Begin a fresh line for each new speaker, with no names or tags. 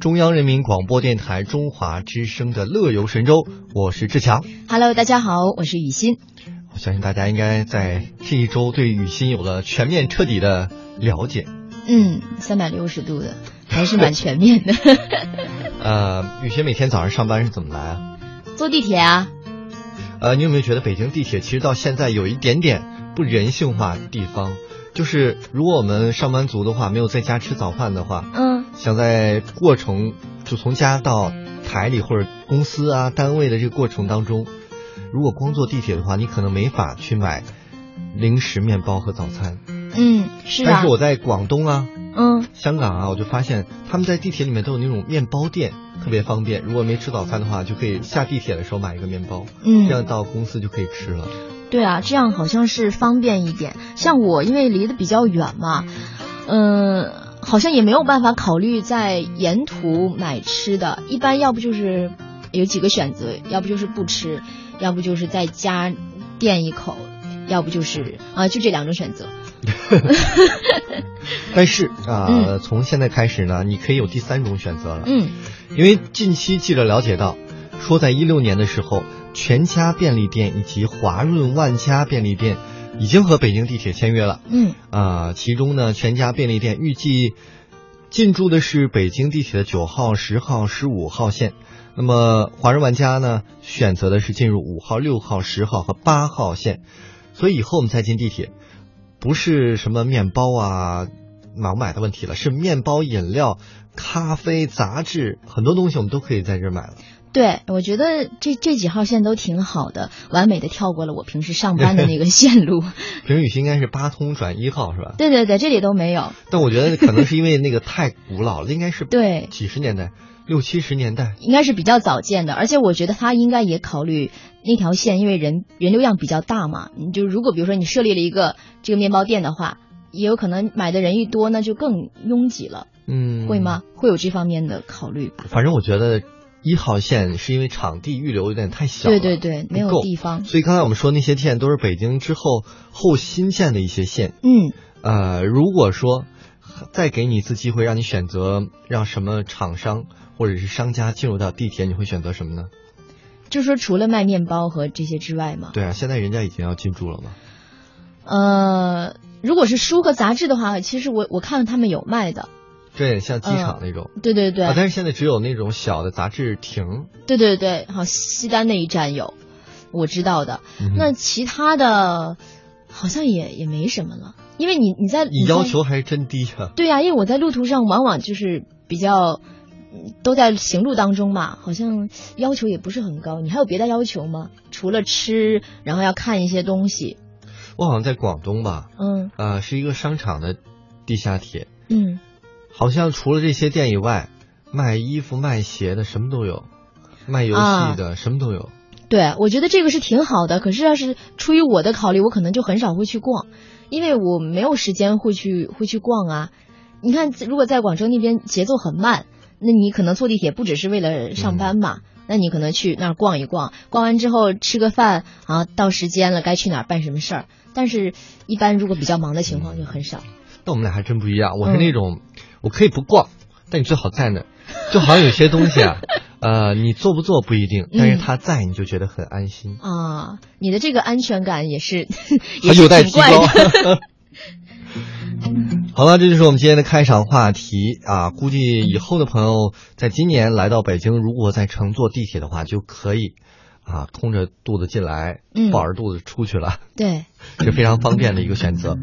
中央人民广播电台中华之声的《乐游神州》，我是志强。
Hello，大家好，我是雨欣。
我相信大家应该在这一周对雨欣有了全面彻底的了解。
嗯，三百六十度的，还是蛮全 面的。
呃，雨欣每天早上上班是怎么来啊？
坐地铁啊，
呃，你有没有觉得北京地铁其实到现在有一点点不人性化的地方？就是如果我们上班族的话，没有在家吃早饭的话，
嗯，
想在过程就从家到台里或者公司啊单位的这个过程当中，如果光坐地铁的话，你可能没法去买零食、面包和早餐。
嗯，是啊，
但是我在广东啊、
嗯，
香港啊，我就发现他们在地铁里面都有那种面包店，特别方便。如果没吃早餐的话，就可以下地铁的时候买一个面包，
嗯
这样到公司就可以吃了。
对啊，这样好像是方便一点。像我因为离得比较远嘛，嗯，好像也没有办法考虑在沿途买吃的，一般要不就是有几个选择，要不就是不吃，要不就是在家垫一口，要不就是啊，就这两种选择。
但是啊、
嗯
从现在开始呢，你可以有第三种选择了。
嗯
因为近期记者了解到，说在一六年的时候，全家便利店以及华润万家便利店已经和北京地铁签约了。
嗯
啊、其中呢，全家便利店预计进驻的是北京地铁的九号、十号、十五号线。那么华润万家呢，选择的是进入五号、六号、十号和八号线。所以以后我们再进地铁，不是什么面包啊、买不买的问题了，是面包、饮料、咖啡、杂志，很多东西我们都可以在这儿买了。
对，我觉得这这几号线都挺好的，完美的跳过了我平时上班的那个线路。
平宇是应该是八通转一号是吧？
对对对，这里都没有。
但我觉得可能是因为那个太古老了，应该是
对
几十年代、六七十年代。
应该是比较早见的，而且我觉得他应该也考虑那条线，因为人人流量比较大嘛。你就如果比如说你设立了一个这个面包店的话，也有可能买的人一多，那就更拥挤了，
嗯，
会？吗？会有这方面的考虑吧？
反正我觉得一号线是因为场地预留有点太小了，
对对对，没有
不够
地方。
所以刚才我们说那些线都是北京之后后新建的一些线。
嗯
呃，如果说再给你一次机会，让你选择让什么厂商或者是商家进入到地铁，你会选择什么呢？
就说除了卖面包和这些之外嘛，
对啊，现在人家已经要进驻了嘛。
呃，如果是书和杂志的话，其实我我看到他们有卖的。
对，啊像机场那种、
对嗯对对，
啊，但是现在只有那种小的杂志亭。
对对对，好，西单那一站有，我知道的。
嗯哼
那其他的好像也也没什么了，因为你你在
你
在
要求还是真低啊。
对呀、因为我在路途上往往就是比较嗯都在行路当中嘛，好像要求也不是很高。你还有别的要求吗？除了吃，然后要看一些东西，
我好像在广东吧，
嗯
呃，是一个商场的地下铁，
嗯，
好像除了这些店以外，卖衣服、卖鞋的什么都有，卖游戏的、什么都有。
对，我觉得这个是挺好的。可是要是出于我的考虑，我可能就很少会去逛，因为我没有时间会去会去逛啊。你看，如果在广州那边节奏很慢，那你可能坐地铁不只是为了上
嗯
班嘛，那你可能去那儿逛一逛，逛完之后吃个饭啊，到时间了该去哪儿办什么事儿。但是，一般如果比较忙的情况就很少。
但我们俩还真不一样，我是那种、我可以不逛，但你最好在那儿。就好像有些东西啊，呃，你做不做不一定，但是它在你就觉得很安心，
啊，你的这个安全感也是， 也
还
是
有待
挺
提
怪的
高。 好了，这就是我们今天的开场话题啊！估计以后的朋友在今年来到北京，如果在乘坐地铁的话，就可以啊空着肚子进来，
嗯
抱着肚子出去了。
对。
是非常方便的一个选择。